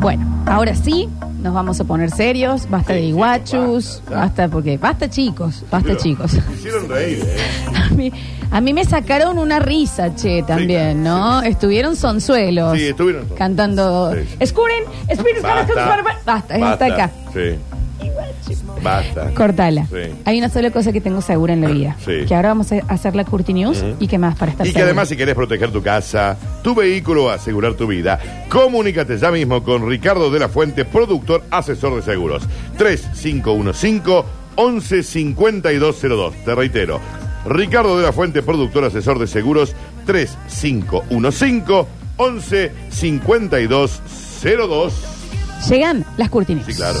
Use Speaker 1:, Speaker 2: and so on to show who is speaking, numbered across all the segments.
Speaker 1: Bueno, ahora sí, nos vamos a poner serios. Basta
Speaker 2: Sí,
Speaker 1: de
Speaker 2: sí,
Speaker 1: iguachus,
Speaker 2: basta,
Speaker 1: basta,
Speaker 2: ya.
Speaker 1: porque. Basta, chicos, basta,
Speaker 2: Pero,
Speaker 1: chicos.
Speaker 2: Me hicieron reír, ¿eh?
Speaker 1: A mí, a mí me sacaron una risa, che, también,
Speaker 2: claro,
Speaker 1: ¿no? Estuvieron sonsuelos.
Speaker 2: Sí, estuvieron sonsuelos.
Speaker 1: Cantando.
Speaker 2: Sí.
Speaker 1: Escuren, escuren, basta, basta, hasta acá.
Speaker 2: Sí. Basta.
Speaker 1: Cortala.
Speaker 2: Sí.
Speaker 1: Hay una sola cosa que tengo segura en la vida.
Speaker 2: Sí.
Speaker 1: Que ahora vamos a hacer la Curti News y qué más para estar
Speaker 2: Y que
Speaker 1: segura.
Speaker 2: además si querés proteger tu casa, tu vehículo o asegurar tu vida, comunícate ya mismo con Ricardo de la Fuente, productor asesor de seguros. 3515-115202. Te reitero, Ricardo de la Fuente, productor asesor de seguros, 3515-115202.
Speaker 1: Llegan las Curti News.
Speaker 2: Sí, claro.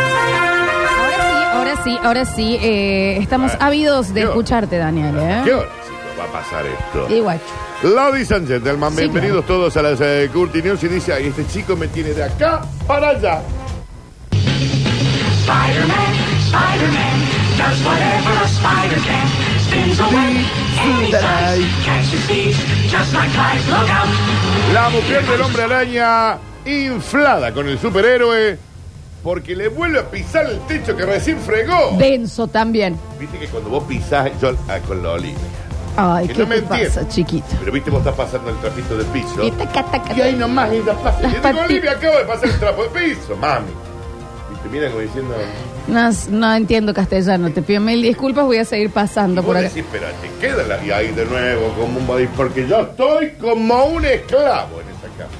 Speaker 1: Ahora sí, ahora sí, ahora sí. eh, estamos
Speaker 2: Ah.
Speaker 1: ávidos de
Speaker 2: Yo.
Speaker 1: escucharte, Daniel. ¿eh?
Speaker 2: ¿Qué hora, chicos, va a pasar esto?
Speaker 1: Y guacho.
Speaker 2: Ladies and gentlemen,
Speaker 1: Sí,
Speaker 2: bienvenidos todos a las eh, Curti News y dice, ay, este chico me tiene de acá para allá.
Speaker 3: Spider-Man, Spider-Man, does whatever a spider can. Spins away any size, catches thieves just like flies. Look out!
Speaker 2: La mujer del hombre araña inflada con el superhéroe porque le vuelve a pisar el techo que recién fregó.
Speaker 1: Denso también.
Speaker 2: Viste que cuando vos pisás, yo ah, con la oliva.
Speaker 1: Ay,
Speaker 2: Que
Speaker 1: ¿qué
Speaker 2: no me
Speaker 1: te pasa,
Speaker 2: entiendo.
Speaker 1: chiquito?
Speaker 2: Pero viste, vos estás pasando el trapito de piso.
Speaker 1: Y taca, taca,
Speaker 2: Y ahí nomás ella pasa.
Speaker 1: Las
Speaker 2: Y yo digo,
Speaker 1: pati-
Speaker 2: Olivia, acabo de pasar el trapo de piso, mami. Y te miran como diciendo.
Speaker 1: No, no entiendo castellano. Te pido mil disculpas, voy a seguir pasando
Speaker 2: No
Speaker 1: por
Speaker 2: por
Speaker 1: acá.
Speaker 2: decís, pero te queda la. Y ahí de nuevo, como un body. Porque yo estoy como un esclavo en esa cama.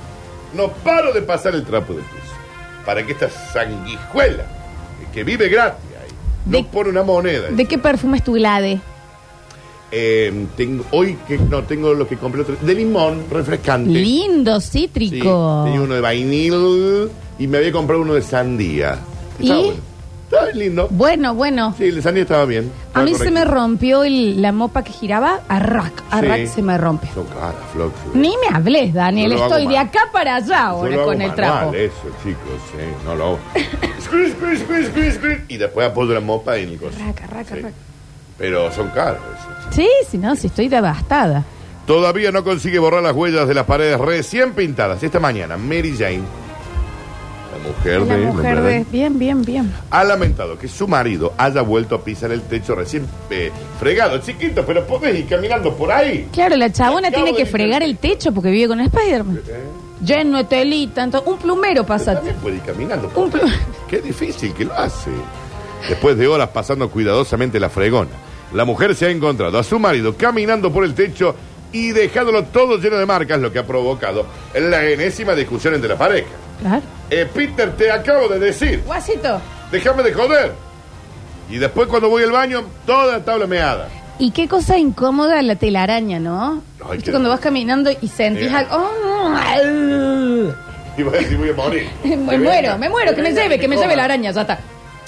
Speaker 2: No paro de pasar el trapo de piso. Para que esta sanguijuela que vive gratis ahí
Speaker 1: De-
Speaker 2: no pone una moneda.
Speaker 1: ¿De qué perfume es tu glade?
Speaker 2: Eh, tengo, hoy que no tengo lo que compré otro- de limón refrescante.
Speaker 1: Lindo,
Speaker 2: Sí,
Speaker 1: cítrico.
Speaker 2: tenía uno de vainil y me había comprado uno de sandía.
Speaker 1: ¿Y?
Speaker 2: Estaba bueno. Estaba lindo.
Speaker 1: Bueno, bueno.
Speaker 2: Sí, el de sandía estaba bien.
Speaker 1: A
Speaker 2: Estaba
Speaker 1: mí se
Speaker 2: correcto.
Speaker 1: me rompió el- la mopa que giraba. Arrac, arrac
Speaker 2: Sí.
Speaker 1: se me rompe.
Speaker 2: Son caras, Flox.
Speaker 1: Ni me hables, Daniel.
Speaker 2: Yo lo hago
Speaker 1: Estoy de
Speaker 2: mal.
Speaker 1: acá para allá
Speaker 2: Yo
Speaker 1: ahora
Speaker 2: lo hago
Speaker 1: con el
Speaker 2: manual,
Speaker 1: trapo.
Speaker 2: eso, chicos, eh, no lo hago. Squeeze, squeeze, squeeze, squeeze, squeeze. y después apoyo la mopa en el coso.
Speaker 1: Raca, raca,
Speaker 2: Sí.
Speaker 1: raca.
Speaker 2: Pero son caros. esos, chicos.
Speaker 1: Sí, si no, si estoy devastada.
Speaker 2: Todavía no consigue borrar las huellas de las paredes recién pintadas. Esta mañana, Mary Jane, la mujer
Speaker 1: La
Speaker 2: de...
Speaker 1: mujer
Speaker 2: ¿verdad?
Speaker 1: de. Bien, bien, bien.
Speaker 2: Ha lamentado que su marido haya vuelto a pisar el techo recién eh, fregado. Chiquito, pero podés ir caminando por ahí.
Speaker 1: Claro, la chabona
Speaker 2: Acabo
Speaker 1: tiene que
Speaker 2: de
Speaker 1: fregar el techo porque vive con Spider-Man. Lleno de telita, ento- un plumero
Speaker 2: Pero
Speaker 1: pasa.
Speaker 2: También puede ir caminando.
Speaker 1: Un
Speaker 2: Por...
Speaker 1: pl-
Speaker 2: Qué difícil que lo hace. Después de horas pasando cuidadosamente la fregona, la mujer se ha encontrado a su marido caminando por el techo y dejándolo todo lleno de marcas, lo que ha provocado la enésima discusión entre la pareja.
Speaker 1: Claro.
Speaker 2: Eh, Peter, te acabo de decir,
Speaker 1: Guasito,
Speaker 2: déjame de joder. Y después cuando voy al baño, toda tabla meada.
Speaker 1: y qué cosa incómoda la telaraña, ¿no?
Speaker 2: Ay,
Speaker 1: ¿Viste
Speaker 2: qué-
Speaker 1: cuando vas caminando y sentís
Speaker 2: Eh.
Speaker 1: algo. Oh, ay.
Speaker 2: Y voy a decir, voy a morir.
Speaker 1: me muero, me muero, que me lleve, que me lleve la araña, ya está.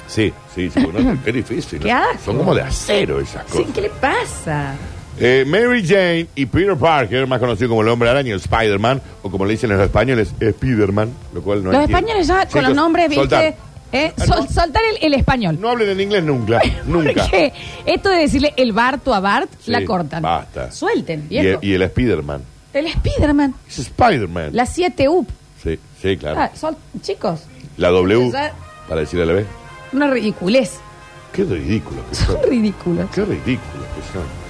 Speaker 2: Sí, sí, sí, bueno, qué difícil. ¿no?
Speaker 1: Qué asco.
Speaker 2: Son como de acero esas
Speaker 1: Sí,
Speaker 2: cosas.
Speaker 1: ¿Qué le pasa?
Speaker 2: Eh, Mary Jane y Peter Parker, más conocido como el hombre araña, el Spider-Man, o como le dicen los españoles, Spider-Man, lo cual no
Speaker 1: Los
Speaker 2: entiendo.
Speaker 1: españoles ya con
Speaker 2: Chicos,
Speaker 1: los nombres,
Speaker 2: soltar.
Speaker 1: viste. Eh,
Speaker 2: Ah,
Speaker 1: sol-
Speaker 2: no.
Speaker 1: soltar el, el español.
Speaker 2: No hablen en inglés nunca, nunca.
Speaker 1: Porque esto de decirle el Barto a Bart,
Speaker 2: Sí,
Speaker 1: la cortan.
Speaker 2: basta.
Speaker 1: Suelten,
Speaker 2: Y el,
Speaker 1: viejo.
Speaker 2: y el Spider-man.
Speaker 1: El Spider-Man,
Speaker 2: Es Spider-Man.
Speaker 1: la 7 U.
Speaker 2: Sí, sí, claro.
Speaker 1: Ah, son, chicos,
Speaker 2: La W,
Speaker 1: Ya-
Speaker 2: para decir a la vez.
Speaker 1: una ridiculez.
Speaker 2: Qué ridículo que son.
Speaker 1: Son ridículos.
Speaker 2: Qué ridículo que son.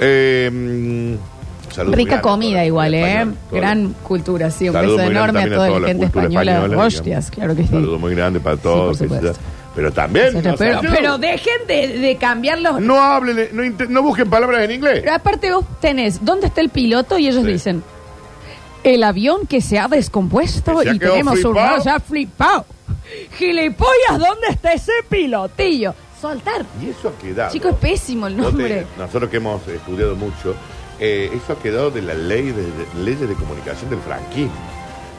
Speaker 2: Eh, mm, saludos
Speaker 1: Rica
Speaker 2: grandes a toda
Speaker 1: comida
Speaker 2: la
Speaker 1: igual,
Speaker 2: comunidad
Speaker 1: ¿eh?
Speaker 2: española, toda la-
Speaker 1: Gran cultura, sí. Un
Speaker 2: Saludo
Speaker 1: beso
Speaker 2: muy grande
Speaker 1: enorme a
Speaker 2: también
Speaker 1: toda la
Speaker 2: cultura
Speaker 1: gente española.
Speaker 2: digamos.
Speaker 1: Hostias, claro que sí.
Speaker 2: Saludo muy grande para
Speaker 1: por
Speaker 2: todos. que
Speaker 1: supuesto.
Speaker 2: sea- Pero también.
Speaker 1: Pero,
Speaker 2: no
Speaker 1: pero-
Speaker 2: sean-
Speaker 1: pero dejen de, de cambiar los...
Speaker 2: No hablen, no, inte- no busquen palabras en inglés.
Speaker 1: Pero aparte vos tenés, ¿dónde está el piloto? Y ellos
Speaker 2: Sí.
Speaker 1: dicen, el avión que se ha descompuesto
Speaker 2: Que se ha
Speaker 1: y
Speaker 2: quedado
Speaker 1: tenemos un
Speaker 2: flipado.
Speaker 1: ya flipado. Gilipollas, ¿dónde está ese pilotillo? Soltar.
Speaker 2: Y eso ha quedado.
Speaker 1: Chico, es pésimo el
Speaker 2: Vos te-
Speaker 1: nombre.
Speaker 2: nosotros que hemos estudiado mucho, eh, eso ha quedado de la ley de, de- leyes de comunicación del franquismo.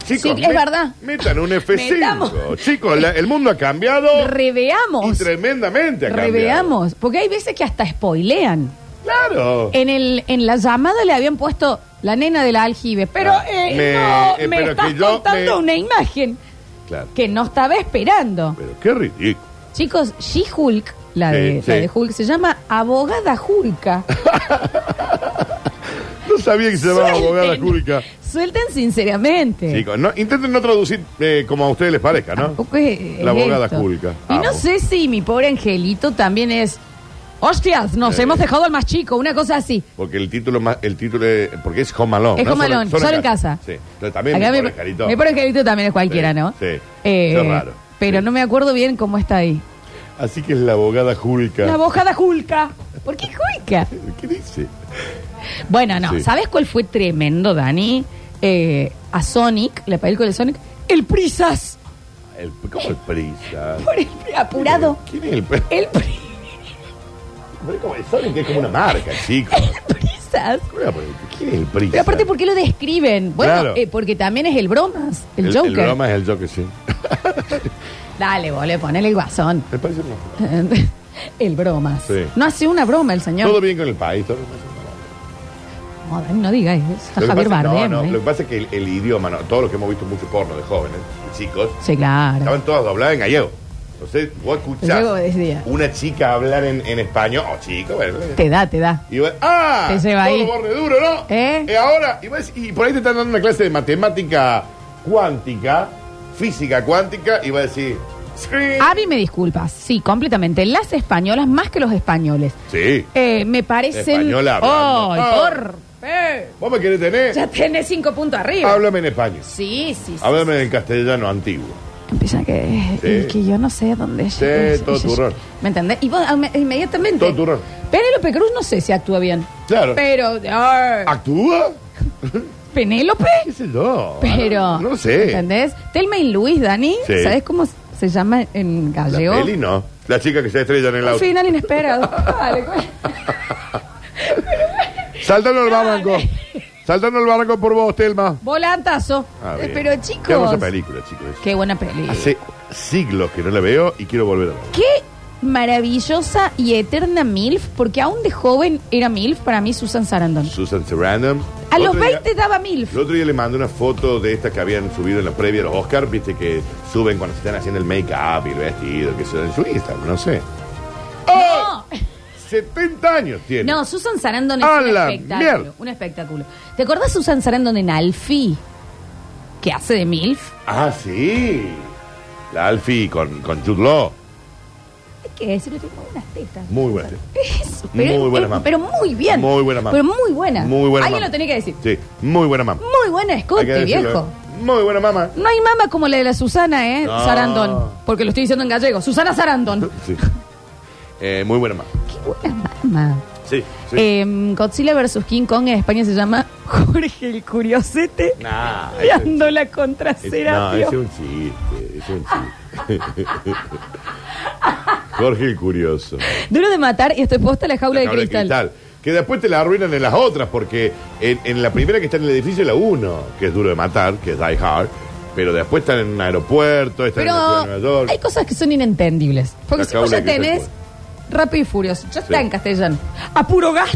Speaker 2: Chicos,
Speaker 1: Sí, es verdad.
Speaker 2: Metan un F5.
Speaker 1: Metamos.
Speaker 2: Chicos, la- el mundo ha cambiado y
Speaker 1: Reveamos.
Speaker 2: tremendamente ha cambiado.
Speaker 1: Reveamos. Eh, Porque hay veces que hasta spoilean.
Speaker 2: Claro.
Speaker 1: En, el, en la llamada le habían puesto la nena del aljibe, pero
Speaker 2: Ah,
Speaker 1: eh,
Speaker 2: me-
Speaker 1: no,
Speaker 2: eh,
Speaker 1: me
Speaker 2: pero
Speaker 1: estás
Speaker 2: que yo
Speaker 1: contando
Speaker 2: me-
Speaker 1: una imagen
Speaker 2: Claro.
Speaker 1: que no estaba esperando.
Speaker 2: Pero qué ridículo.
Speaker 1: Chicos, She-Hulk, la,
Speaker 2: Sí,
Speaker 1: de,
Speaker 2: sí.
Speaker 1: la de Hulk, se llama Abogada Julka.
Speaker 2: No sabía que se llamaba
Speaker 1: Suelten.
Speaker 2: abogada pública.
Speaker 1: Suelten sinceramente.
Speaker 2: Chicos, no, intenten no traducir eh, como a ustedes les parezca, ¿no?
Speaker 1: Tampoco es-
Speaker 2: La
Speaker 1: es
Speaker 2: abogada
Speaker 1: eh, esto.
Speaker 2: Julka.
Speaker 1: Y
Speaker 2: Amo.
Speaker 1: no sé si mi pobre angelito también es. ¡Hostias! Nos
Speaker 2: Eh.
Speaker 1: hemos dejado al más chico, una cosa así.
Speaker 2: Porque el título más, el título es, porque es Home Alone.
Speaker 1: Es
Speaker 2: ¿no?
Speaker 1: Home Alone, solo en casa.
Speaker 2: Sí, pero también
Speaker 1: Acá
Speaker 2: mi
Speaker 1: mi,
Speaker 2: pobre carito.
Speaker 1: mi pobre angelito también es cualquiera,
Speaker 2: Sí,
Speaker 1: ¿no?
Speaker 2: sí.
Speaker 1: Eh,
Speaker 2: Eso es raro.
Speaker 1: Pero
Speaker 2: Sí.
Speaker 1: no me acuerdo bien cómo está ahí.
Speaker 2: Así que es la abogada Julka.
Speaker 1: La abogada Julka. ¿Por qué Julka?
Speaker 2: ¿Qué dice?
Speaker 1: Bueno, no.
Speaker 2: Sí.
Speaker 1: ¿Sabes cuál fue tremendo, Dani? Eh, a Sonic, la película de Sonic. El prisas.
Speaker 2: El, ¿Cómo el prisa?
Speaker 1: Por el pri- apurado.
Speaker 2: ¿Quién es el prisa?
Speaker 1: El, pri-
Speaker 2: Saben que es como una marca, chicos.
Speaker 1: el prisas.
Speaker 2: ¿Quién es el prisa?
Speaker 1: Pero aparte, ¿por qué lo describen? Bueno,
Speaker 2: Claro.
Speaker 1: eh, porque también es el bromas, el,
Speaker 2: el,
Speaker 1: Joker.
Speaker 2: El broma es el Joker, sí.
Speaker 1: Dale, vos le ponele el guasón.
Speaker 2: Me parece una-
Speaker 1: el bromas.
Speaker 2: Sí.
Speaker 1: No hace una broma el señor.
Speaker 2: Todo bien con el país. Todo bien con el país.
Speaker 1: No, Dani, no digas eso. Está
Speaker 2: Lo que
Speaker 1: Javier
Speaker 2: pasa-
Speaker 1: Bardem.
Speaker 2: No, no,
Speaker 1: ¿eh?
Speaker 2: lo que pasa es que el, el idioma, no, todos los que hemos visto mucho porno de jóvenes, de chicos,
Speaker 1: Sí, claro.
Speaker 2: estaban todas dobladas en gallego. Entonces, vos escuchás
Speaker 1: Luego decía.
Speaker 2: una chica hablar en, en español, oh chico, bueno,
Speaker 1: Te da, te da.
Speaker 2: y vos, ¡ah!
Speaker 1: Te lleva
Speaker 2: todo
Speaker 1: ahí.
Speaker 2: borre duro, ¿no?
Speaker 1: ¿Eh?
Speaker 2: Y ahora, y, vas- y por ahí te están dando una clase de matemática cuántica, física cuántica, y vas a decir, "Sí".
Speaker 1: Avi, me disculpas. Sí, completamente. Las españolas más que los españoles.
Speaker 2: Sí.
Speaker 1: Eh, me parecen.
Speaker 2: Española hablando.
Speaker 1: ¡Ay,
Speaker 2: Ah.
Speaker 1: por! eh,
Speaker 2: ¿Vos me querés tener?
Speaker 1: Ya tenés cinco puntos arriba.
Speaker 2: Háblame en español.
Speaker 1: Sí, sí, sí.
Speaker 2: Háblame en castellano antiguo.
Speaker 1: Empieza que,
Speaker 2: Sí.
Speaker 1: y que yo no sé dónde
Speaker 2: Sí,
Speaker 1: llegué.
Speaker 2: todo turrón.
Speaker 1: ¿Me entendés? Y vos ah, me- inmediatamente.
Speaker 2: Todo turrón.
Speaker 1: Penélope Cruz no sé si actúa bien.
Speaker 2: Claro.
Speaker 1: Pero. ah,
Speaker 2: ¿Actúa?
Speaker 1: ¿Penélope?
Speaker 2: ¿Qué sé yo?
Speaker 1: Pero.
Speaker 2: Ah, No sé.
Speaker 1: ¿Entendés? Telma y Luis, Dani.
Speaker 2: Sí.
Speaker 1: ¿Sabés cómo se llama en
Speaker 2: La
Speaker 1: gallego?
Speaker 2: peli no. La chica que se estrella en el
Speaker 1: Un
Speaker 2: auto.
Speaker 1: final inesperado. Dale, güey.
Speaker 2: Saltando al barranco. Saltando al barranco por vos, Telma.
Speaker 1: Volantazo.
Speaker 2: Ah,
Speaker 1: Eh,
Speaker 2: bien.
Speaker 1: Pero
Speaker 2: Qué hermosa
Speaker 1: chicos.
Speaker 2: película, chicos.
Speaker 1: Qué buena peli.
Speaker 2: Hace siglos que no la veo y quiero volver a verla.
Speaker 1: Qué maravillosa y eterna MILF, porque aún de joven era MILF para mí Susan Sarandon.
Speaker 2: Susan Sarandon.
Speaker 1: A
Speaker 2: El
Speaker 1: los
Speaker 2: otro día-
Speaker 1: 20 daba MILF.
Speaker 2: El otro día le mandé una foto de estas que habían subido en la previa de los Oscars, viste que suben cuando se están haciendo el make-up y el vestido, que se en su Instagram, no sé.
Speaker 1: No,
Speaker 2: 70 años tiene.
Speaker 1: Eh, no, Susan Sarandon es
Speaker 2: A
Speaker 1: un
Speaker 2: la
Speaker 1: espectáculo.
Speaker 2: mierda.
Speaker 1: Un espectáculo. ¿Te acordás Susan Sarandon en Alfie? Que hace de MILF.
Speaker 2: Ah, sí. La Alfie con, con Jude Law.
Speaker 1: Hay que decirlo, tiene unas tetas.
Speaker 2: Muy buena.
Speaker 1: Eso, pero,
Speaker 2: Muy buena
Speaker 1: eh,
Speaker 2: mamá.
Speaker 1: Pero muy bien.
Speaker 2: Muy buena mamá.
Speaker 1: Pero muy buena.
Speaker 2: Muy buena
Speaker 1: Alguien
Speaker 2: mamá.
Speaker 1: lo tenía que decir.
Speaker 2: Sí, muy buena mamá.
Speaker 1: Muy buena
Speaker 2: Hay que
Speaker 1: Scotty,
Speaker 2: decirlo,
Speaker 1: viejo.
Speaker 2: ¿eh? Muy buena mamá.
Speaker 1: No hay mama como la de la Susana, ¿eh?
Speaker 2: No.
Speaker 1: Sarandon. Porque lo estoy diciendo en gallego. Susana Sarandon.
Speaker 2: Sí. Eh, muy buena mamá.
Speaker 1: Qué buena mama.
Speaker 2: Sí, sí.
Speaker 1: Eh, Godzilla vs. King Kong en España se llama Jorge el Curiosete.
Speaker 2: Nah, ese-
Speaker 1: Mirando la contra
Speaker 2: ese- no, ese es
Speaker 1: Serapio.
Speaker 2: un chiste, ese es un chiste. Jorge el Curioso.
Speaker 1: Duro de matar y estoy posta en la jaula
Speaker 2: La
Speaker 1: de
Speaker 2: cabra de
Speaker 1: cristal.
Speaker 2: Que después te la arruinan en las otras, porque en, en la primera que está en el edificio es la 1, que es duro de matar, que es Die Hard. Pero después están en un aeropuerto, están en la ciudad de Nueva
Speaker 1: Pero
Speaker 2: York.
Speaker 1: hay cosas que son inentendibles. Porque
Speaker 2: La
Speaker 1: si vos
Speaker 2: jaula
Speaker 1: ya
Speaker 2: de cristal,
Speaker 1: tenés Rápido y Furioso, ya está
Speaker 2: Sí.
Speaker 1: en castellano. A puro gas.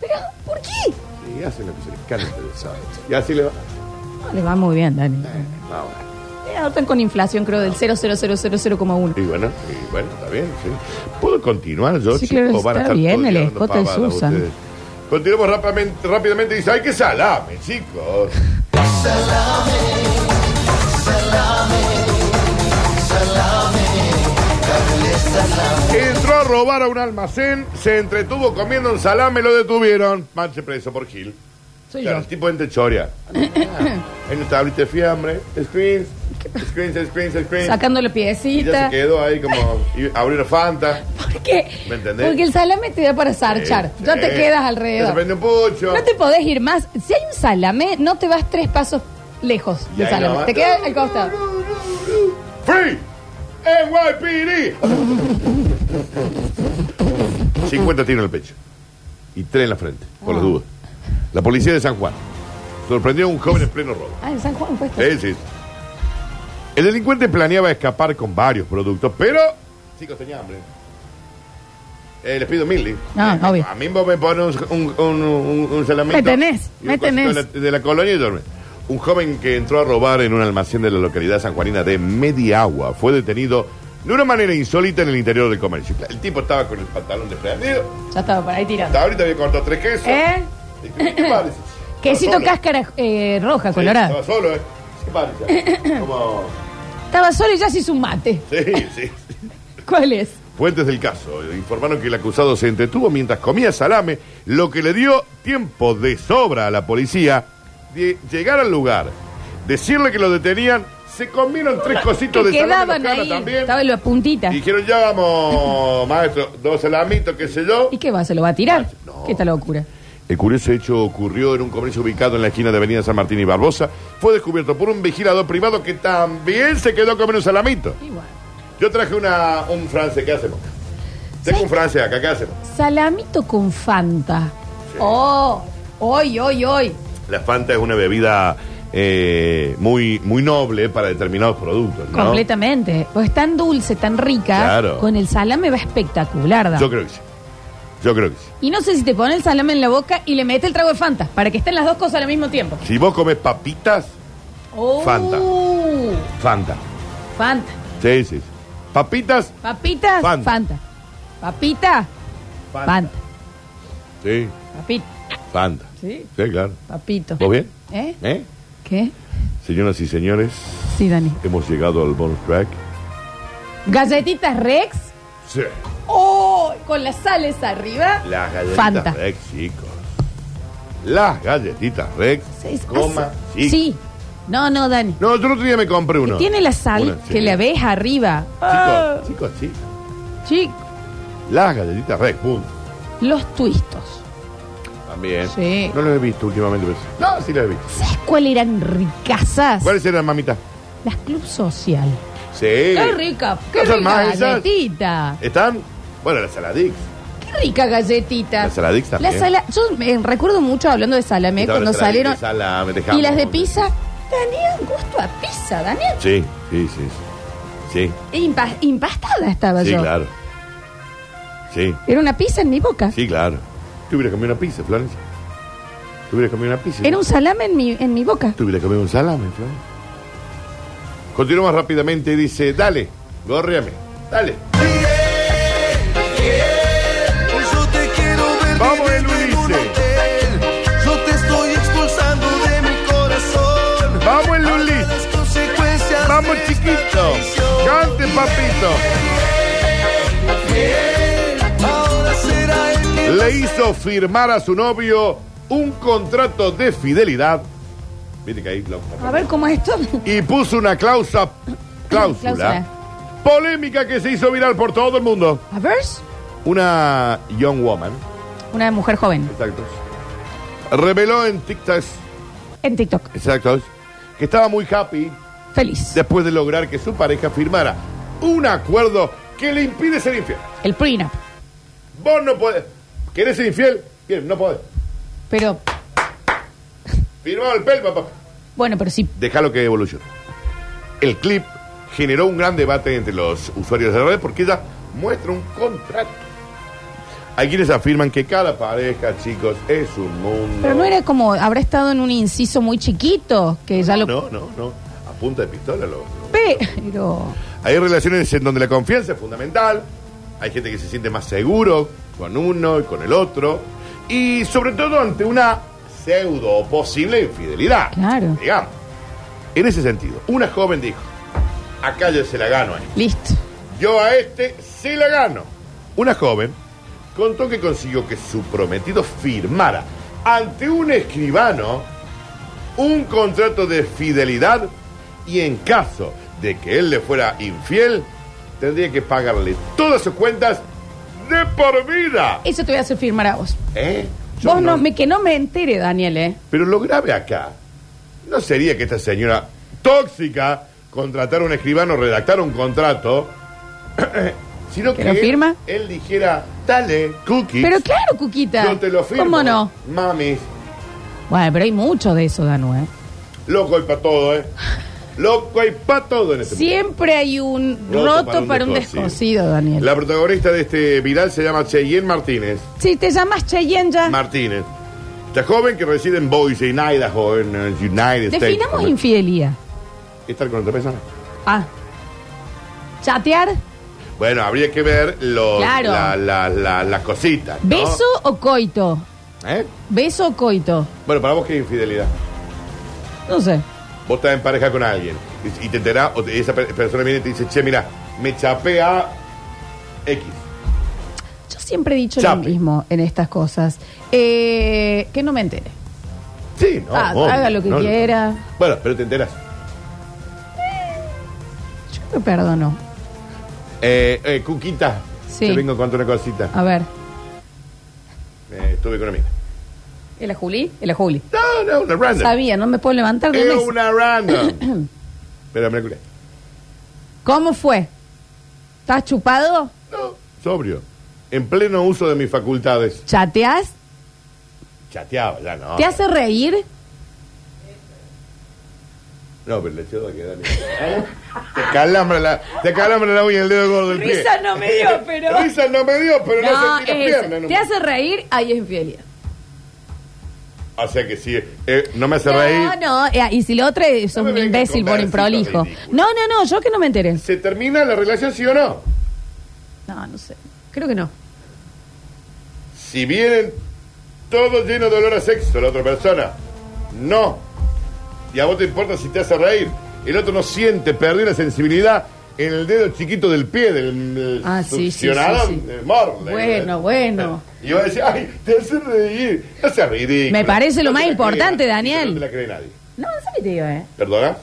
Speaker 1: Pero, ¿por qué?
Speaker 2: Y hacen lo que se les canta, ¿sabes? Y así le va.
Speaker 1: No, le va muy bien, Dani.
Speaker 2: Vamos.
Speaker 1: Eh, Ahora están con inflación, creo, del 0,0000,1.
Speaker 2: Y bueno, y bueno, está bien, sí. ¿Puedo continuar yo?
Speaker 1: Sí,
Speaker 2: chicos?
Speaker 1: claro,
Speaker 2: ¿O van a
Speaker 1: está
Speaker 2: estar
Speaker 1: bien
Speaker 2: todos
Speaker 1: el
Speaker 2: tirando
Speaker 1: escote de
Speaker 2: pavadas
Speaker 1: Susan.
Speaker 2: ustedes? Continuamos rápidamente, rápidamente. Dice, ¡ay, qué salame, chicos! Entró a robar a un almacén, se entretuvo comiendo un salame, lo detuvieron. Manche preso por Gil.
Speaker 1: Soy
Speaker 2: Claro,
Speaker 1: yo.
Speaker 2: el tipo en Choria. Hay una tablita de fiambre, screens, screens, screens, screens.
Speaker 1: Sacándole
Speaker 2: Y ya
Speaker 1: piecita.
Speaker 2: se quedó ahí como y abrió una fanta.
Speaker 1: ¿Por qué?
Speaker 2: ¿Me entendés?
Speaker 1: Porque el salame te da para zarchar.
Speaker 2: Sí,
Speaker 1: ya
Speaker 2: sí.
Speaker 1: te quedas
Speaker 2: Ya Se
Speaker 1: alrededor.
Speaker 2: prende un pucho.
Speaker 1: No te podés ir más. Si hay un salame, no te vas tres pasos lejos
Speaker 2: Y
Speaker 1: del
Speaker 2: ahí
Speaker 1: salame.
Speaker 2: nomás.
Speaker 1: Te quedas al costado.
Speaker 2: ¡Free! ¡NYPD! 50 tiros en el pecho. Y tres en la frente, por las dudas. La policía de San Juan. Sorprendió a un joven en pleno robo.
Speaker 1: Ah, en San Juan fue esto.
Speaker 2: Sí, sí. El delincuente planeaba escapar con varios productos, pero. Chicos, tenía hambre. Eh, les pido mil.
Speaker 1: Ah, obvio.
Speaker 2: A mí vos me pones un, un, un, un, un salamito
Speaker 1: Me tenés,
Speaker 2: y un
Speaker 1: me tenés.
Speaker 2: cosito De la, de la colonia y duerme. Un joven que entró a robar en un almacén de la localidad sanjuanina de Mediagua fue detenido de una manera insólita en el interior del comercio. El tipo estaba con el pantalón desprendido.
Speaker 1: Ya estaba por ahí tirando.
Speaker 2: Hasta ahorita había cortado tres quesos.
Speaker 1: ¿Eh?
Speaker 2: Y dije, ¿Qué parece?
Speaker 1: Quesito
Speaker 2: Estaba solo.
Speaker 1: cáscara eh, roja,
Speaker 2: Sí,
Speaker 1: colorada.
Speaker 2: Estaba solo, ¿eh? ¿Qué parece? Como...
Speaker 1: Estaba solo y ya se hizo un mate.
Speaker 2: Sí, sí.
Speaker 1: ¿Cuál es?
Speaker 2: Fuentes del caso informaron que el acusado se entretuvo mientras comía salame, lo que le dio tiempo de sobra a la policía de llegar al lugar, decirle que lo detenían, se comieron tres cositos
Speaker 1: Que
Speaker 2: de salame
Speaker 1: quedaban
Speaker 2: locano
Speaker 1: ahí.
Speaker 2: también.
Speaker 1: Estaba en la puntita.
Speaker 2: Y dijeron, ya vamos, maestro, dos salamitos, qué sé yo.
Speaker 1: ¿Y qué va? ¿Se lo va a tirar?
Speaker 2: Ah, No.
Speaker 1: ¿Qué esta locura?
Speaker 2: El curioso hecho ocurrió en un comercio ubicado en la esquina de Avenida San Martín y Barbosa. Fue descubierto por un vigilador privado que también se quedó comiendo un salamito.
Speaker 1: Igual.
Speaker 2: Yo traje una, un francés, ¿qué hacemos? Tengo un francés acá, ¿qué hacemos?
Speaker 1: Salamito con Fanta.
Speaker 2: Sí.
Speaker 1: Oh, hoy, hoy, hoy.
Speaker 2: La Fanta es una bebida eh, muy, muy noble para determinados productos, ¿no?
Speaker 1: Completamente. Pues es tan dulce, tan rica.
Speaker 2: Claro.
Speaker 1: Con el salame va espectacular. Dan.
Speaker 2: Yo creo que sí. Yo creo que sí.
Speaker 1: Y no sé si te pone el salame en la boca y le mete el trago de Fanta, para que estén las dos cosas al mismo tiempo.
Speaker 2: Si vos comes papitas,
Speaker 1: Oh,
Speaker 2: Fanta. Fanta.
Speaker 1: Fanta.
Speaker 2: Sí, sí. sí. Papitas,
Speaker 1: Papita, Fanta.
Speaker 2: Fanta.
Speaker 1: Papita, Fanta.
Speaker 2: Sí,
Speaker 1: Papita,
Speaker 2: Fanta.
Speaker 1: Sí.
Speaker 2: Sí, claro.
Speaker 1: papito.
Speaker 2: ¿Vos bien?
Speaker 1: ¿Eh?
Speaker 2: ¿Eh?
Speaker 1: ¿Qué?
Speaker 2: Señoras y señores,
Speaker 1: Sí, Dani.
Speaker 2: hemos llegado al bonus track.
Speaker 1: Galletitas Rex.
Speaker 2: Sí.
Speaker 1: Oh, con las sales arriba.
Speaker 2: Las galletitas
Speaker 1: Fanta.
Speaker 2: Rex, chicos. Las galletitas Rex.
Speaker 1: Seis-
Speaker 2: coma,
Speaker 1: ah,
Speaker 2: sí.
Speaker 1: sí. No, no, Dani.
Speaker 2: No, yo el otro día me compré uno.
Speaker 1: Que tiene la sal
Speaker 2: Una, sí.
Speaker 1: que le ves arriba. Ah,
Speaker 2: Chicos, chicos, sí.
Speaker 1: chico,
Speaker 2: Las galletitas Rex, punto.
Speaker 1: los twistos.
Speaker 2: También.
Speaker 1: Sí.
Speaker 2: No los he visto últimamente. Pero... No, sí los he visto.
Speaker 1: ¿Sabes cuáles eran ricasas?
Speaker 2: ¿Cuáles eran, mamita?
Speaker 1: Las Club Social.
Speaker 2: Sí.
Speaker 1: ¡Qué rica! ¡Qué
Speaker 2: ¿No son
Speaker 1: rica
Speaker 2: más esas?
Speaker 1: galletita!
Speaker 2: ¿Están? Bueno, las saladix.
Speaker 1: ¡Qué rica galletita!
Speaker 2: Las saladix también.
Speaker 1: Las sala- Yo me recuerdo mucho hablando de salame
Speaker 2: Estaba
Speaker 1: cuando
Speaker 2: las saladix
Speaker 1: salieron.
Speaker 2: de salame, de
Speaker 1: Y las de
Speaker 2: jamón.
Speaker 1: pizza. Tenían gusto a pizza, Daniel. E
Speaker 2: Sí, sí, sí. Sí,
Speaker 1: Impa- impastada estaba
Speaker 2: sí, sí
Speaker 1: Pues yo.
Speaker 2: claro. Sí,
Speaker 1: Era una pizza en mi boca.
Speaker 2: sí, claro. Tú hubieras comido una pizza, Florencia. Tú hubieras comido una pizza.
Speaker 1: Era un salame en mi, en mi boca.
Speaker 2: Tú hubieras comido un salame, Florencia. Continuamos rápidamente y dice, dale, gorreame, dale.
Speaker 4: Yo te quiero ver
Speaker 2: Vamos,
Speaker 4: viviendo en un
Speaker 2: Ulises.
Speaker 4: hotel. Yo te estoy expulsando de mi corazón.
Speaker 2: Vamos el Luli,
Speaker 4: Las consecuencias
Speaker 2: vamos
Speaker 4: de esta
Speaker 2: chiquito.
Speaker 4: traición.
Speaker 2: Cante, papito.
Speaker 4: Ahora será el que
Speaker 2: le hizo firmar a su novio un contrato de fidelidad. Viste que ahí lo-
Speaker 1: A ver cómo es esto.
Speaker 2: Y puso una cláusula, cláusula,
Speaker 1: Cláusula.
Speaker 2: polémica que se hizo viral por todo el mundo.
Speaker 1: A ver.
Speaker 2: Una young woman,
Speaker 1: Una mujer joven.
Speaker 2: exacto, reveló en TikTok,
Speaker 1: En TikTok.
Speaker 2: exacto, que estaba muy happy
Speaker 1: Feliz.
Speaker 2: después de lograr que su pareja firmara un acuerdo que le impide ser infiel.
Speaker 1: El prenup.
Speaker 2: Vos no podés. ¿Querés ser infiel? Bien, no podés.
Speaker 1: Pero,
Speaker 2: Firmado el pel, papá.
Speaker 1: bueno, pero sí.
Speaker 2: Déjalo que evolucione. El clip generó un gran debate entre los usuarios de la red porque ella muestra un contrato. Hay quienes afirman que cada pareja, chicos, es un mundo.
Speaker 1: Pero no era como, habrá estado en un inciso muy chiquito, que ya lo...
Speaker 2: No, no, no. A punta de pistola. Lo, lo-
Speaker 1: Pero...
Speaker 2: Hay relaciones en donde la confianza es fundamental. Hay gente que se siente más seguro con uno y con el otro. Y sobre todo ante una pseudo o posible infidelidad.
Speaker 1: Claro.
Speaker 2: Digamos. En ese sentido, una joven dijo: Acá yo se la gano a
Speaker 1: Listo.
Speaker 2: Yo a este sí la gano. Una joven contó que consiguió que su prometido firmara ante un escribano un contrato de fidelidad y en caso de que él le fuera infiel, tendría que pagarle todas sus cuentas de por vida.
Speaker 1: Eso te voy a hacer firmar a vos.
Speaker 2: ¿Eh? Yo
Speaker 1: Vos no, me, que no me entere, Daniel, ¿eh?
Speaker 2: Pero lo grave acá no sería que esta señora tóxica contratara a un escribano, redactara un contrato, sino que,
Speaker 1: ¿Que lo firma?
Speaker 2: Él, él dijera, dale, cookies,
Speaker 1: Pero claro, Cuquita.
Speaker 2: yo te lo firmo.
Speaker 1: ¿Cómo no?
Speaker 2: Mamis,
Speaker 1: Bueno, pero hay mucho de eso, Danu, ¿eh?
Speaker 2: Loco hay para todo, ¿eh? Loco hay para todo en este
Speaker 1: Siempre hay un
Speaker 2: mundo.
Speaker 1: roto, para, un descosido, Daniel.
Speaker 2: La protagonista de este viral se llama Cheyenne Martínez.
Speaker 1: Sí, te llamas Cheyenne ya.
Speaker 2: Martínez. Esta joven que reside en Boise, en Idaho, en eh, United
Speaker 1: Definamos
Speaker 2: States.
Speaker 1: infidelidad.
Speaker 2: ¿Estar con otra persona?
Speaker 1: Ah. Chatear,
Speaker 2: Bueno, habría que ver los,
Speaker 1: Claro.
Speaker 2: la- la- la- las cositas. ¿no?
Speaker 1: beso o coito.
Speaker 2: ¿Eh?
Speaker 1: Beso o coito.
Speaker 2: Bueno, para vos, ¿qué es infidelidad?
Speaker 1: No sé. Vos
Speaker 2: Vos estás en pareja con alguien y, y te enterás, o te- esa per- persona viene y te dice, che, mira, me chapé a X.
Speaker 1: Yo siempre he dicho
Speaker 2: Chape.
Speaker 1: lo mismo en estas cosas. Eh, que no me entere.
Speaker 2: Sí, no.
Speaker 1: Ah,
Speaker 2: obvio,
Speaker 1: haga lo que
Speaker 2: no,
Speaker 1: quiera.
Speaker 2: Bueno, pero te enteras.
Speaker 1: Yo me perdono.
Speaker 2: Eh, eh, Cuquita,
Speaker 1: Sí. Ah.
Speaker 2: te vengo a contar una cosita.
Speaker 1: A ver.
Speaker 2: Eh, estuve con una mina.
Speaker 1: ¿El a Juli? El a Juli.
Speaker 2: No, no, una random.
Speaker 1: Sabía, no me puedo levantar de
Speaker 2: Es
Speaker 1: mes.
Speaker 2: Eh, una random. pero me la culé.
Speaker 1: ¿Cómo fue? ¿Estás chupado?
Speaker 2: No, sobrio. En pleno uso de mis facultades.
Speaker 1: ¿Chateás?
Speaker 2: Chateaba, ya no.
Speaker 1: ¿Te hace reír?
Speaker 2: No, pero le echó de quedar. Te calambra la, te calambra la uña el dedo gordo del pie.
Speaker 1: Risa no me dio, pero-
Speaker 2: Risa no me dio, pero no, sentí las
Speaker 1: es-
Speaker 2: piernas. no.
Speaker 1: ¿Te hace reír? Ahí es infidelidad.
Speaker 2: O sea que sí, eh, no me hace
Speaker 1: No,
Speaker 2: reír.
Speaker 1: no, eh, y si lo otro es
Speaker 2: No me
Speaker 1: un
Speaker 2: vengas
Speaker 1: imbécil
Speaker 2: con
Speaker 1: por
Speaker 2: versitos
Speaker 1: improlijo.
Speaker 2: ridículos.
Speaker 1: No, no, no, yo que no me enteré.
Speaker 2: ¿Se termina la relación, sí o no?
Speaker 1: No, no sé. Creo que no.
Speaker 2: Si vienen todo lleno de olor a sexo la otra persona, no. Y a vos te importa si te hace reír. El otro no siente, perdió la sensibilidad en el dedo chiquito del pie, del del
Speaker 1: Ah, sí, sí,
Speaker 2: succionador,
Speaker 1: sí, sí.
Speaker 2: eh, Morley.
Speaker 1: Bueno, bueno.
Speaker 2: Y vas a decir, ay, te hace reír. No seas ridículo.
Speaker 1: Me parece lo
Speaker 2: No te
Speaker 1: más
Speaker 2: la
Speaker 1: importante,
Speaker 2: cree nadie.
Speaker 1: Daniel.
Speaker 2: No te la cree nadie.
Speaker 1: No, no sé qué te digo, ¿eh?
Speaker 2: ¿Perdona?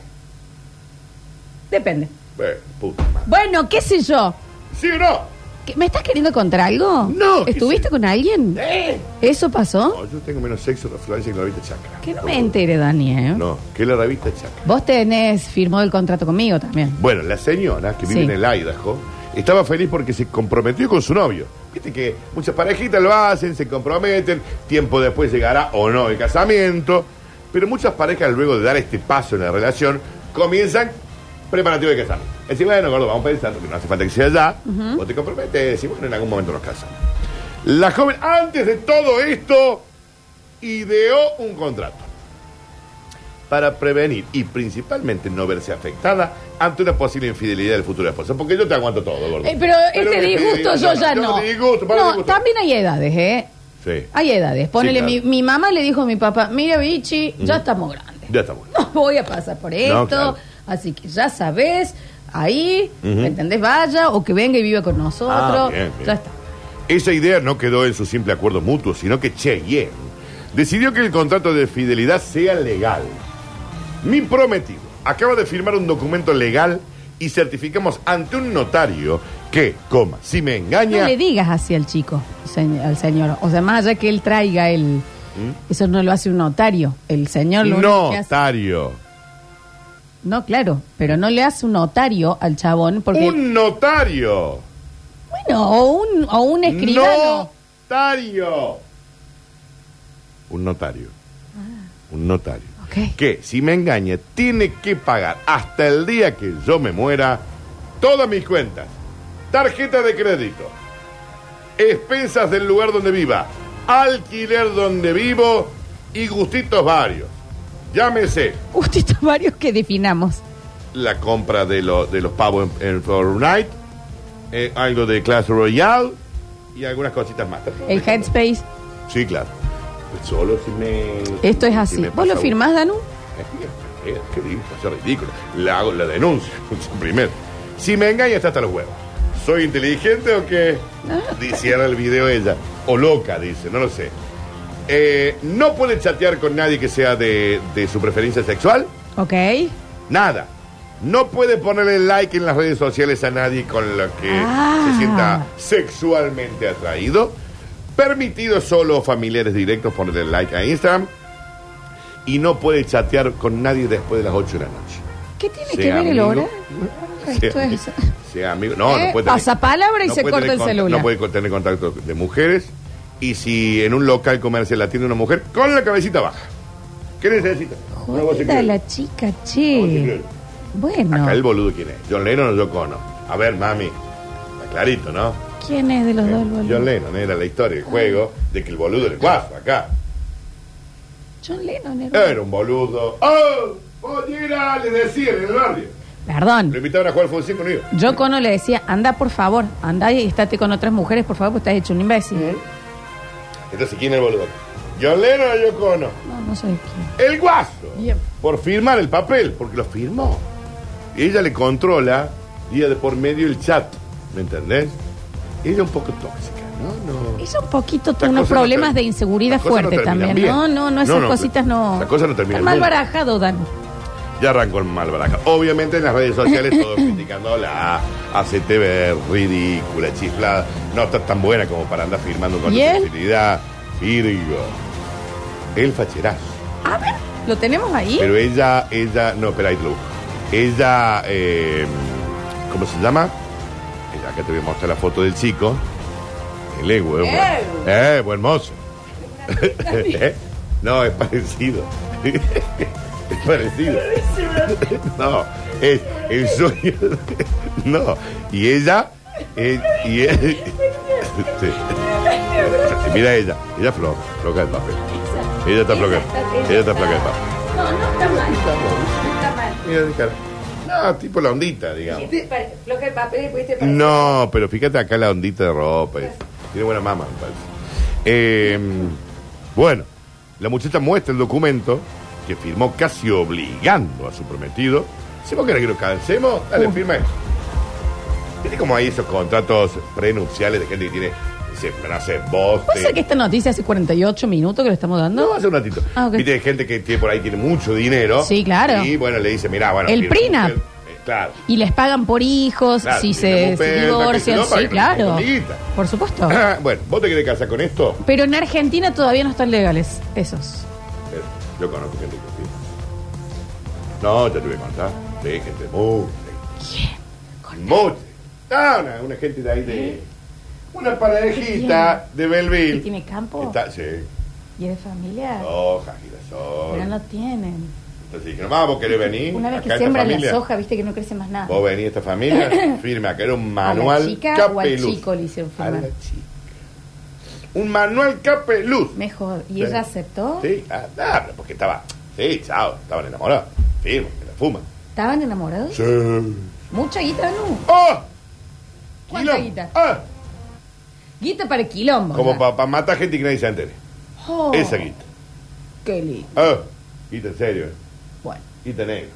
Speaker 1: Depende.
Speaker 2: Bueno, puta madre.
Speaker 1: Bueno, qué sé yo.
Speaker 2: ¿Sí o no?
Speaker 1: ¿Qué- ¿Me estás queriendo contra algo?
Speaker 2: No, qué
Speaker 1: ¿Estuviste
Speaker 2: sé.
Speaker 1: con alguien?
Speaker 2: ¿Eh?
Speaker 1: ¿Eso pasó?
Speaker 2: No, yo tengo menos sexo con Florencia que la revista Chacra.
Speaker 1: Que no me entere, Daniel.
Speaker 2: No, que la revista Chacra.
Speaker 1: Vos tenés, firmó el contrato conmigo también.
Speaker 2: Bueno, la señora que
Speaker 1: Sí.
Speaker 2: vive en el Idaho estaba feliz porque se comprometió con su novio. Viste que muchas parejitas lo hacen, se comprometen, tiempo después llegará o no el casamiento. Pero muchas parejas luego de dar este paso en la relación comienzan preparativo de casamiento. Es decir, bueno, gordo, vamos pensando que no hace falta que sea ya. Vos te comprometes, decís, bueno, en algún momento nos casamos. La joven, antes de todo esto, ideó un contrato para prevenir y principalmente no verse afectada ante una posible infidelidad del futuro esposo. Porque yo te aguanto todo, gordo.
Speaker 1: Eh, pero este
Speaker 2: mi
Speaker 1: disgusto yo
Speaker 2: infidelidad,
Speaker 1: ya no.
Speaker 2: disgusto, para
Speaker 1: No,
Speaker 2: disgusto.
Speaker 1: también hay edades, ¿eh?
Speaker 2: Sí.
Speaker 1: Hay edades. Ponele,
Speaker 2: claro.
Speaker 1: mi, mi mamá le dijo a mi papá, mira, bichi, ya estamos grandes.
Speaker 2: Ya está bueno.
Speaker 1: No voy a pasar por esto.
Speaker 2: claro.
Speaker 1: Así que ya sabes, ahí, ¿me ¿entendés? Vaya, o que venga y viva con nosotros.
Speaker 2: Ah, bien, bien.
Speaker 1: Ya está.
Speaker 2: Esa idea no quedó en su simple acuerdo mutuo, sino que Cheyenne decidió que el contrato de fidelidad sea legal. Mi prometido acaba de firmar un documento legal y certificamos ante un notario que, coma, si me engaña...
Speaker 1: No le digas así al chico, señ- al señor. O sea, más allá que él traiga el...
Speaker 2: ¿Mm?
Speaker 1: Eso no lo hace un notario. El señor lo único que hace-
Speaker 2: notario.
Speaker 1: No, claro, pero no le hace un notario al chabón porque...
Speaker 2: Un notario.
Speaker 1: Bueno, o un, o un escribano.
Speaker 2: Notario. Un notario.
Speaker 1: Ah.
Speaker 2: Un notario.
Speaker 1: Ok.
Speaker 2: Que si me engaña, tiene que pagar hasta el día que yo me muera todas mis cuentas. Tarjeta de crédito. Expensas del lugar donde viva. Alquiler donde vivo. Y gustitos varios. Llámese
Speaker 1: Justitos varios que definamos.
Speaker 2: la compra de, lo- de los pavos en, en Fortnite, eh, algo de Clash Royale y algunas cositas más.
Speaker 1: El headspace,
Speaker 2: Sí, claro. Solo si me.
Speaker 1: esto es
Speaker 2: si
Speaker 1: así.
Speaker 2: me
Speaker 1: ¿Vos lo
Speaker 2: pasa
Speaker 1: firmás, Danu?
Speaker 2: un- Eh, ¿Qué digo? Es ridículo. La hago la denuncia. Primero. Si me engaña, está hasta los huevos. ¿Soy inteligente o qué?
Speaker 1: Ah.
Speaker 2: Di- Cierra el video ella. O loca, dice, no lo sé. Eh, no puede chatear con nadie que sea de, de su preferencia sexual.
Speaker 1: Ok.
Speaker 2: Nada. No puede ponerle like en las redes sociales a nadie con la que
Speaker 1: Ah.
Speaker 2: se sienta sexualmente atraído. Permitido solo familiares directos ponerle like a Instagram. Y no puede chatear con nadie después de las 8 de la noche.
Speaker 1: ¿Qué tiene
Speaker 2: Sea
Speaker 1: que ver el
Speaker 2: amigo.
Speaker 1: horario? Esto
Speaker 2: Sea-
Speaker 1: es.
Speaker 2: sea amigo. No,
Speaker 1: Eh,
Speaker 2: no puede
Speaker 1: pasa palabra y se
Speaker 2: puede
Speaker 1: corta
Speaker 2: tener
Speaker 1: el
Speaker 2: con-
Speaker 1: celular.
Speaker 2: No puede con- tener contacto de mujeres. Y si en un local comercial la tiene una mujer, con la cabecita baja. ¿Qué necesitas? Una voz
Speaker 1: Jodida
Speaker 2: secreta.
Speaker 1: la chica, che.
Speaker 2: Una voz
Speaker 1: Bueno,
Speaker 2: Acá el boludo quién es. John Lennon o Yoko Ono. A ver, mami. Está clarito, ¿no?
Speaker 1: ¿quién es de
Speaker 2: Eh,
Speaker 1: los dos, boludo?
Speaker 2: John Lennon era la historia del juego de que el boludo era el guapo acá.
Speaker 1: John Lennon era-
Speaker 2: Era un boludo. ¡Oh! ¡Pollera! Le decían en el barrio. Lo
Speaker 1: Perdón.
Speaker 2: invitaban a jugar al fútbol 5 conmigo.
Speaker 1: Yo Cono le decía, anda por favor, anda y estate con otras mujeres, por favor, porque estás hecho un imbécil.
Speaker 2: Entonces, ¿quién es el boludo? John Lennon o Yoko Ono.
Speaker 1: No, no soy quién.
Speaker 2: El guaso.
Speaker 1: Bien.
Speaker 2: Por firmar el papel, porque lo firmó. Y ella le controla día de por medio el chat. ¿Me entendés? Ella un poco tóxica, ¿no? No.
Speaker 1: Es un poquito
Speaker 2: Las
Speaker 1: unos
Speaker 2: cosas no
Speaker 1: problemas
Speaker 2: ter-
Speaker 1: de inseguridad
Speaker 2: las cosas no
Speaker 1: fuerte
Speaker 2: terminan
Speaker 1: también.
Speaker 2: bien.
Speaker 1: No, no, no, esas
Speaker 2: No, no,
Speaker 1: cositas no.
Speaker 2: las cosas no terminan
Speaker 1: Está mal
Speaker 2: bien.
Speaker 1: barajado, Dan.
Speaker 2: Ya arrancó el mal baraja. Obviamente en las redes sociales todos criticándola. Hace TV ridícula, chiflada. No está tan buena como para andar firmando con
Speaker 1: ¿Y él?
Speaker 2: facilidad. Virgo. El facherazo.
Speaker 1: A ver, ¿lo tenemos ahí?
Speaker 2: Pero ella, ella, no, espera, ahí te lo busco. Ella, eh, ¿cómo se llama? Ella, acá te voy a mostrar la foto del chico. El ego, eh, buen, eh, buen mozo. ¿Eh? No, es parecido. es parecido. no, es el sueño. de- no, y ella, eh, y él- Sí. Mira ella, ella floja, floja el papel. Ella está floja, ella está floja el papel.
Speaker 1: No, no está mal. Está mal.
Speaker 2: Mira de cara. No, tipo la ondita, digamos.
Speaker 1: Lo que el papel pudiste
Speaker 2: No, pero fíjate acá la ondita de ropa. es- Tiene buena mama, me parece. Eh, bueno, la muchacha muestra el documento que firmó casi obligando a su prometido. Si vos querés que lo cansemos, dale, firma esto. Tiene como ahí esos contratos prenupciales de gente que tiene, dice, no sé, vos. te-
Speaker 1: ¿Puede ser que esta noticia hace 48 minutos que lo estamos dando?
Speaker 2: No, hace un ratito.
Speaker 1: Ah, ok.
Speaker 2: Viste, hay gente que tiene- por ahí tiene mucho dinero.
Speaker 1: Sí, claro.
Speaker 2: Y bueno, le dice, mirá, bueno.
Speaker 1: El
Speaker 2: firma
Speaker 1: prenup.
Speaker 2: usted". Eh, claro.
Speaker 1: Y les pagan por hijos,
Speaker 2: Claro,
Speaker 1: si
Speaker 2: y
Speaker 1: se,
Speaker 2: tenemos
Speaker 1: se
Speaker 2: perra, que
Speaker 1: divorcian.
Speaker 2: si no, para
Speaker 1: sí,
Speaker 2: que nos
Speaker 1: claro.
Speaker 2: pongan amiguita.
Speaker 1: Por supuesto.
Speaker 2: Ah, bueno, ¿vos te querés casar con esto?
Speaker 1: Pero en Argentina todavía no están legales esos.
Speaker 2: Eh, Yo conozco gente que sí. No, ya te voy a contar. Sí, gente muy.
Speaker 1: ¿Quién?
Speaker 2: Muy. Ah, una, una gente de ahí de. Una parejita de Belville.
Speaker 1: ¿Que tiene Oh. campo?
Speaker 2: Está, sí.
Speaker 1: ¿Y es de familia?
Speaker 2: Hojas,
Speaker 1: Pero
Speaker 2: girasol.
Speaker 1: no tienen.
Speaker 2: Entonces dijeron, vamos, ¿vos querés venir?
Speaker 1: Una vez
Speaker 2: Acá
Speaker 1: que
Speaker 2: esta
Speaker 1: siembran las
Speaker 2: familia.
Speaker 1: hojas, viste que no crece más nada.
Speaker 2: Vos venís a esta familia, firme acá, era un manual
Speaker 1: ¿A la chica
Speaker 2: capeluz.
Speaker 1: o al chico le hicieron
Speaker 2: A la
Speaker 1: firmar?
Speaker 2: chica. Un manual capeluz.
Speaker 1: Mejor. ¿Y
Speaker 2: Sí.
Speaker 1: ella aceptó?
Speaker 2: Sí, ah, ah, pero porque estaba. Sí, chao, estaban enamorados. Firma, que la fuma.
Speaker 1: ¿Estaban enamorados?
Speaker 2: Sí.
Speaker 1: Mucha guita, no.
Speaker 2: ¡Oh!
Speaker 1: ¿Cuánta
Speaker 2: Quilombo.
Speaker 1: guita?
Speaker 2: ¡Ah!
Speaker 1: Guita para quilombo.
Speaker 2: Como
Speaker 1: ya.
Speaker 2: para matar gente que nadie se entere.
Speaker 1: Oh,
Speaker 2: Esa guita.
Speaker 1: Qué lindo.
Speaker 2: ¡Ah! Guita en serio, eh.
Speaker 1: Bueno,
Speaker 2: guita negra.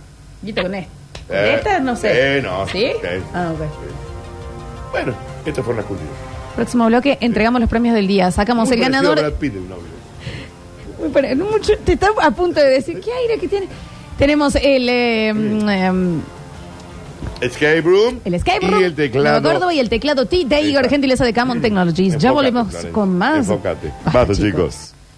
Speaker 1: guita con esta. ¿Con
Speaker 2: Eh,
Speaker 1: esta? No sé.
Speaker 2: eh, no,
Speaker 1: ¿Sí?
Speaker 2: sí.
Speaker 1: Ah, ok.
Speaker 2: Bueno, esto fue una cultura.
Speaker 1: Próximo bloque, entregamos los premios del día. Sacamos el ganador. Muy pare- no mucho- te está a punto de decir, ¿qué aire que tiene? Tenemos el, eh, mm, em,
Speaker 2: Escape Room.
Speaker 1: el Skype Room,
Speaker 2: Y el teclado.
Speaker 1: Nuevo Córdoba y el teclado T de Igor
Speaker 2: Exacto.
Speaker 1: Gentileza de Camon Technologies. ya
Speaker 2: Enfócate,
Speaker 1: volvemos
Speaker 2: Florencia,
Speaker 1: con más.
Speaker 2: enfócate.
Speaker 1: Basta,
Speaker 2: Basta, chicos.